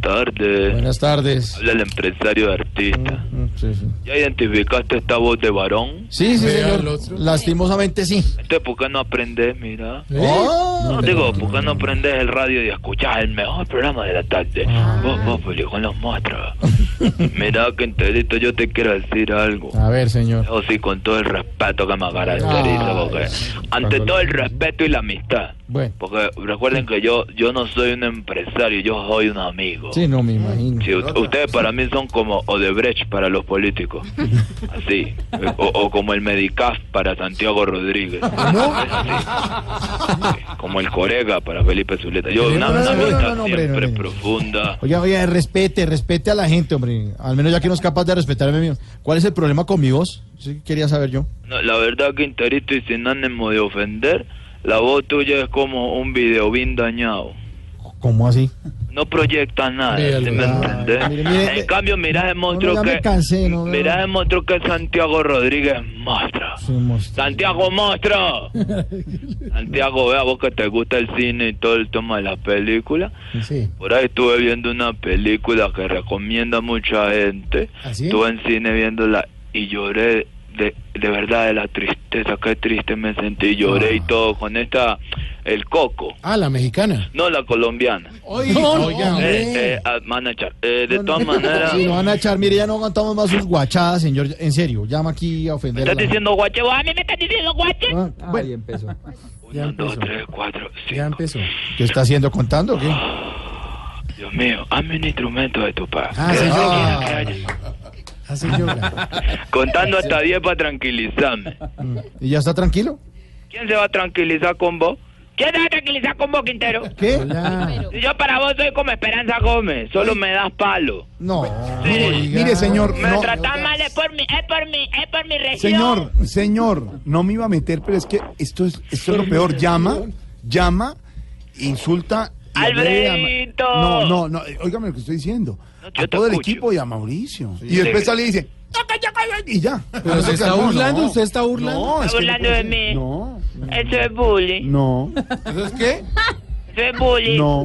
tardes. Buenas tardes. Habla el empresario de artista. Mm, Sí, sí. ¿Ya identificaste esta voz de varón? Sí, sí, Vea señor. al otro. Lastimosamente sí. Entonces, ¿por qué no aprendes, mira? Oh, No, digo, ¿por qué no aprendes el radio y escuchas el mejor programa de la tarde? Vos, vos, feliz con los monstruos. mira, que enterito, yo te quiero decir algo. A ver, señor. O sí, con todo el respeto que me caracteriza, Ay. porque ante todo el respeto y la amistad, Bueno. porque recuerden que yo yo no soy un empresario, yo soy un amigo. Sí, no me imagino. Sí, u- ustedes para mí son como Odebrecht para los políticos, así, o, o como el Medicaf para Santiago Rodríguez, Sí. como el Corega para Felipe Zuleta. Yo una, No, una no, no, no, amistad no, hombre, siempre no, no. profunda. Oiga, oiga, respete, respete a la gente, hombre. Al menos ya que no es capaz de respetarme, mío. ¿Cuál es el problema con mi voz? Sí, quería saber yo. No, la verdad que Interito y sin ánimo de ofender, la voz tuya es como un video bien dañado. ¿Cómo así? no proyecta nada, Míralo. ¿sí me entendés? Ah, mire, mire, en cambio, mirás el monstruo ya me que. cansé, no, no. mirás el monstruo que es Santiago Rodríguez Mostra. Sí, monstruo. Santiago Mostra. Santiago, vea vos que te gusta el cine y todo el tema de las películas. Sí. Por ahí estuve viendo una película que recomienda mucha gente. ¿Ah, sí? Estuve en cine viéndola y lloré de, de verdad de la tristeza. Qué triste me sentí. Lloré y todo con esta. El coco. Ah, la mexicana. No la colombiana. Oiga, oiga, Eh, eh, ah, manager, eh, de todas maneras, Si me nos van a echar, mire, ya no aguantamos más sus guachadas, señor. En serio, llama aquí a ofender a estás la diciendo guache, vos a mí me estás diciendo guache. Ah, bueno, ya Uno, dos, empezó. tres, cuatro, ya cinco. empezó. ¿Qué está haciendo? ¿Contando o qué? Dios mío, hazme un instrumento de tu padre. Ah, Que señor. yo quiera que haya- ah, Hace yoga. Contando hasta 10 para tranquilizarme. Mm. ¿Y ya está tranquilo? ¿Quién se va a tranquilizar con vos? ¿Quién se va a tranquilizar con vos, Quintero? ¿Qué? Hola. Si yo para vos soy como Esperanza Gómez, solo me das palo. No. Sí. oiga. Mire, señor, Me no, tratás mal, es por mi, es por mi, es por mi región. señor, señor, no me iba a meter, pero es que esto es, esto es lo peor. Llama, llama, insulta. y agrede a Ma- ¡Alfredito! No, no, no, eh, óigame lo que estoy diciendo. No, yo A te todo el escucho. equipo y a Mauricio. Sí. Y después sale y dice, "Toca, ya, ya", y ya. Pero se está burlando, usted está burlando. No, es Está que no burlando puede de ser. mí. No, Eso es bullying. no, Eso es bullying. no,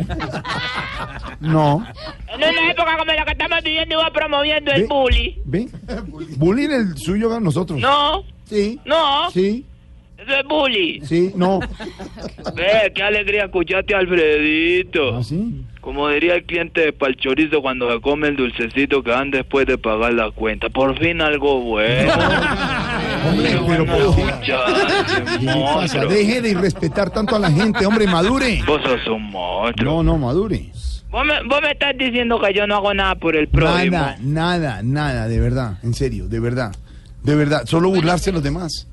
no. En una época como la que estamos viviendo, iba promoviendo el Ve- bullying. ¿Ve? Bullying el suyo a nosotros. No, Sí, no, sí, eso es bullying. sí, no. Ve, qué alegría escucharte, Alfredito. ¿Ah, sí? Como diría el cliente de Palchorizo cuando se come el dulcecito que dan después de pagar la cuenta. Por fin algo bueno. Hombre, pero por Bueno, favor. muchacho, ¿Qué le pasa? monstruo. Deje de irrespetar tanto a la gente, hombre, madure. Vos sos un monstruo. No, no, madure. Vos me, vos me estás diciendo que yo no hago nada por el prójimo. Nada, nada, nada, de verdad, en serio, de verdad. De verdad, solo burlarse a los demás.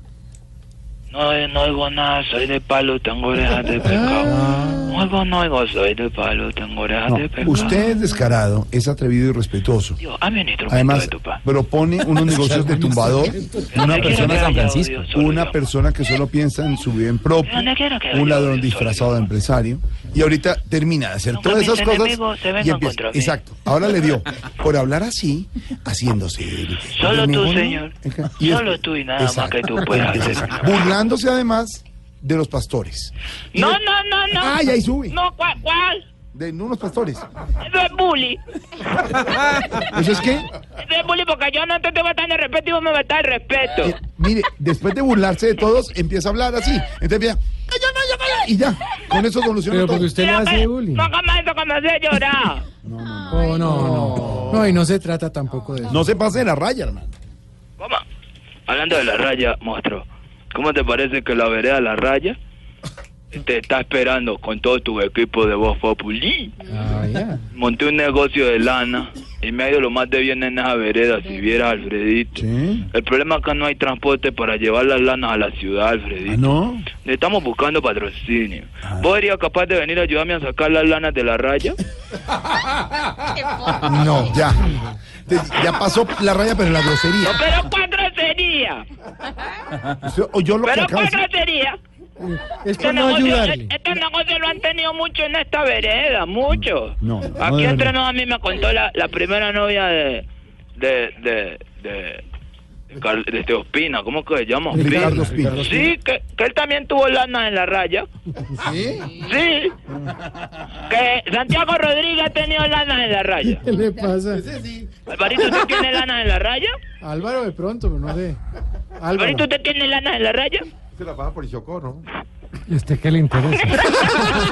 No, eh, no oigo nada, soy de palo, tengo orejas de pecado. No oigo, no oigo, soy de palo, tengo orejas Ah. No, de pecado. usted es descarado, es atrevido y respetuoso. Dios, hazme un instrumento de Además, tu pa. propone unos negocios de tumbador, una Yo quiero persona que San haya Francisco, odio, solo una yo. persona que solo piensa en su bien propio, Yo no quiero que haya un ladrón odio, disfrazado de solo yo. empresario, y ahorita termina de hacer Nunca todas mis esas cosas enemigos se vengan y empieza. contra mí. Exacto. Ahora le dio por hablar así, haciéndose. el- Solo el tú, ninguno. señor. Ajá. Solo tú y nada más que tú puedes hacer. Entonces, Burlándose además de los pastores. Y No, de- no, no, no. Ay, ahí sube. No, ¿cuál? cuál? De unos pastores. Eso es bullying. Eso es que, Eso es bullying porque yo no te estoy matando el respeto y vos me matás el respeto. eh, mire, después de burlarse de todos, empieza a hablar así. Entonces empieza, "Ay, yo no, yo no", y ya, con eso soluciona Pero todo. porque usted no Mira, hace ve, bullying. No hagas más eso cuando se llorar. Oh, no, no. No, y no se trata tampoco de eso. No se pase de la raya, hermano. ¿Cómo? Hablando de la raya, monstruo. ¿Cómo te parece que la vereda La Raya te está esperando con todo tu equipo de voz populi? Ah, ya. Monté un negocio de lana y me ha ido lo más de bien en esa vereda, si vieras, Alfredito. Sí. El problema es que no hay transporte para llevar las lanas a la ciudad, Alfredito. Ah, no. Ah. Le estamos buscando patrocinio. ¿Vos serías capaz de venir a ayudarme a sacar las lanas de la raya? No, ya. Te- Ya pasó la raya, pero la grosería. ¡Pero cuatro sería! Usted oyó lo que ¡Pero acaba de cuatro decir. sería! Es Este por no negocio, ayudarle. este negocio lo han tenido mucho en esta vereda, mucho. No, no, Aquí no, entre no. nos a mí me contó la, la primera novia de, de, de, de, Car- de este Ospina, ¿cómo que se llama? Ricardo Espina. Sí, que, que él también tuvo lana en la raya. ¿Sí? Sí. Que Santiago Rodríguez ha tenido lana en la raya. ¿Qué le pasa? Alvarito, ¿usted tiene lana en la raya? Álvaro de pronto, pero no sé. Álvaro. Alvarito, ¿usted tiene lana en la raya? Se la pasa por Ichocó, ¿no? ¿Y a usted qué le interesa?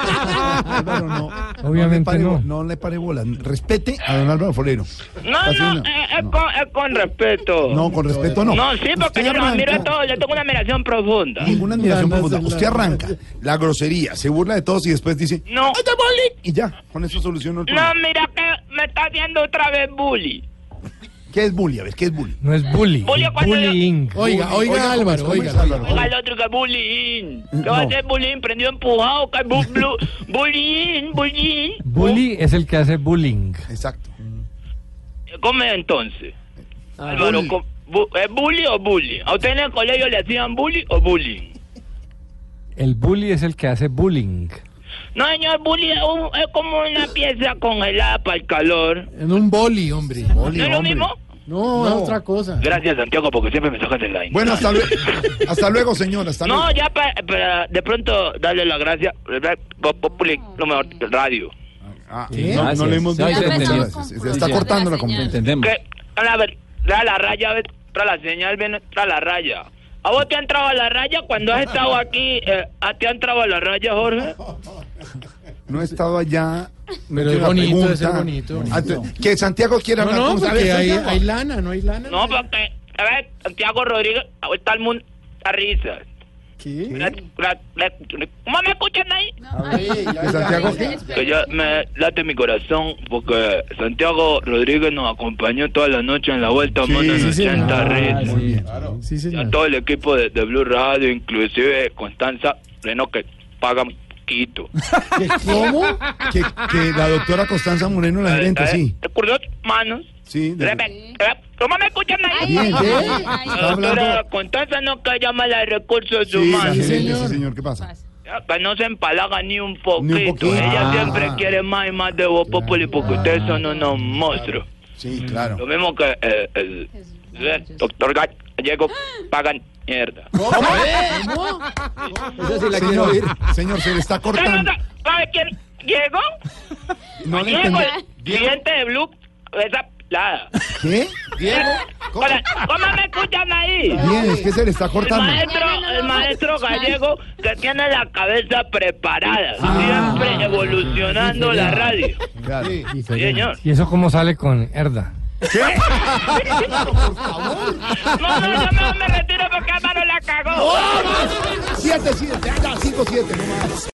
Álvaro, no. Obviamente no. le pare no. bo- No le pare bola. Respete a don Álvaro Forero. No, Así no, Ah, no. eh, es, con, es con respeto. No, con respeto no. No, sí, porque Usted yo los admiro a arranca- todos, yo tengo una admiración profunda. Ninguna admiración No, no, profunda. no, no. Usted arranca la grosería, se burla de todos y después dice, No, y ya, pues. con eso soluciono el no, problema. mira que me está haciendo otra vez bully. ¿Qué es bully? A ver, ¿qué es bully? No es bullying. Bullying, es cuando yo- bullying. Oiga, oiga, ¿cómo es- Álvaro, cómo es, oiga. Álvaro? Oiga, el otro que es bullying. ¿Qué No. va a ser bullying? Prendido empujado, que bu- blu- bullying, bullying. Bully es el que hace bullying. Exacto. ¿Cómo es entonces? Álvaro, bully. ¿cómo- bu- ¿es bully o bullying? ¿A usted en el colegio le hacían bully o bullying? El bully es el que hace bullying. No, señor, bully es, un- es como una pieza congelada para el calor. En un boli, hombre. Bully, ¿No es lo hombre. mismo? No, es otra cosa. Gracias, Santiago, porque siempre me sacas del line. Bueno, hasta luego. Hasta luego, señora. Hasta luego. No, ya para, para de pronto darle las gracias. Voz Populi, lo mejor del radio. Ah, ¿Qué? no, no le hemos Ya dicho. empezamos Muchas con gracias. Se problemas está de cortando la la conferencia. Entendemos. Que, a ver, da la raya, ve, tra la señal, ven, tra la raya. ¿A vos te han entrado a la raya cuando has estado aquí? eh, ¿a ¿Te han entrado a la raya, Jorge? No he estado allá. no Pero es quiero la bonito, pregunta. es el bonito. Ah, te- que Santiago quiera No, hablar no, con porque Santiago. hay, hay lana, no hay lana. No, porque, a ver, Santiago Rodríguez, ahorita está el mundo a risa. ¿Qué? La- la- la- ¿Cómo me escuchan ahí? Que Santiago. Que ya me late mi corazón porque Santiago Rodríguez nos acompañó toda la noche en la vuelta a Sí, mano en sí, Ah, Ah, 80 Ritz. Muy bien. Claro. Sí, Y a señor. todo el equipo de, de Blue Radio, inclusive Constanza Reno, que pagan quito. ¿Cómo? Que, que la doctora Constanza Moreno, la gerente, sí. Recursos manos. Sí, de- ¿Cómo me escuchan ahí? Bien, ¿qué? Ay, Está Doctora hablando. Constanza no que llama la de recursos Sí, la humanos. gerente, señor. sí, señor. ¿Qué pasa? Ya, Que no se empalaga ni un poquito. Ni un poquito. Ella Ah. siempre quiere más y más de Voz Populi porque ustedes son unos monstruos. Sí, Lo claro. mismo que eh, el, el doctor Gallego Ah. pagan mierda. Esa sí la quiero Señor, oír. señor, se le está cortando. ¿Sabe quién llegó? No le Diego, entendí. el cliente de Blue, esa plada. ¿Qué? ¿Cómo? ¿Cómo me escuchan ahí? Bien, es que se le está El cortando. maestro, el maestro gallego que tiene la cabeza preparada, siempre evolucionando la radio. Claro. Sí, señor. ¿Y eso cómo sale con herda? No, no, yo mejor me retiro porque hermano la cagó. Siete, siete, ya, cinco, siete, no más.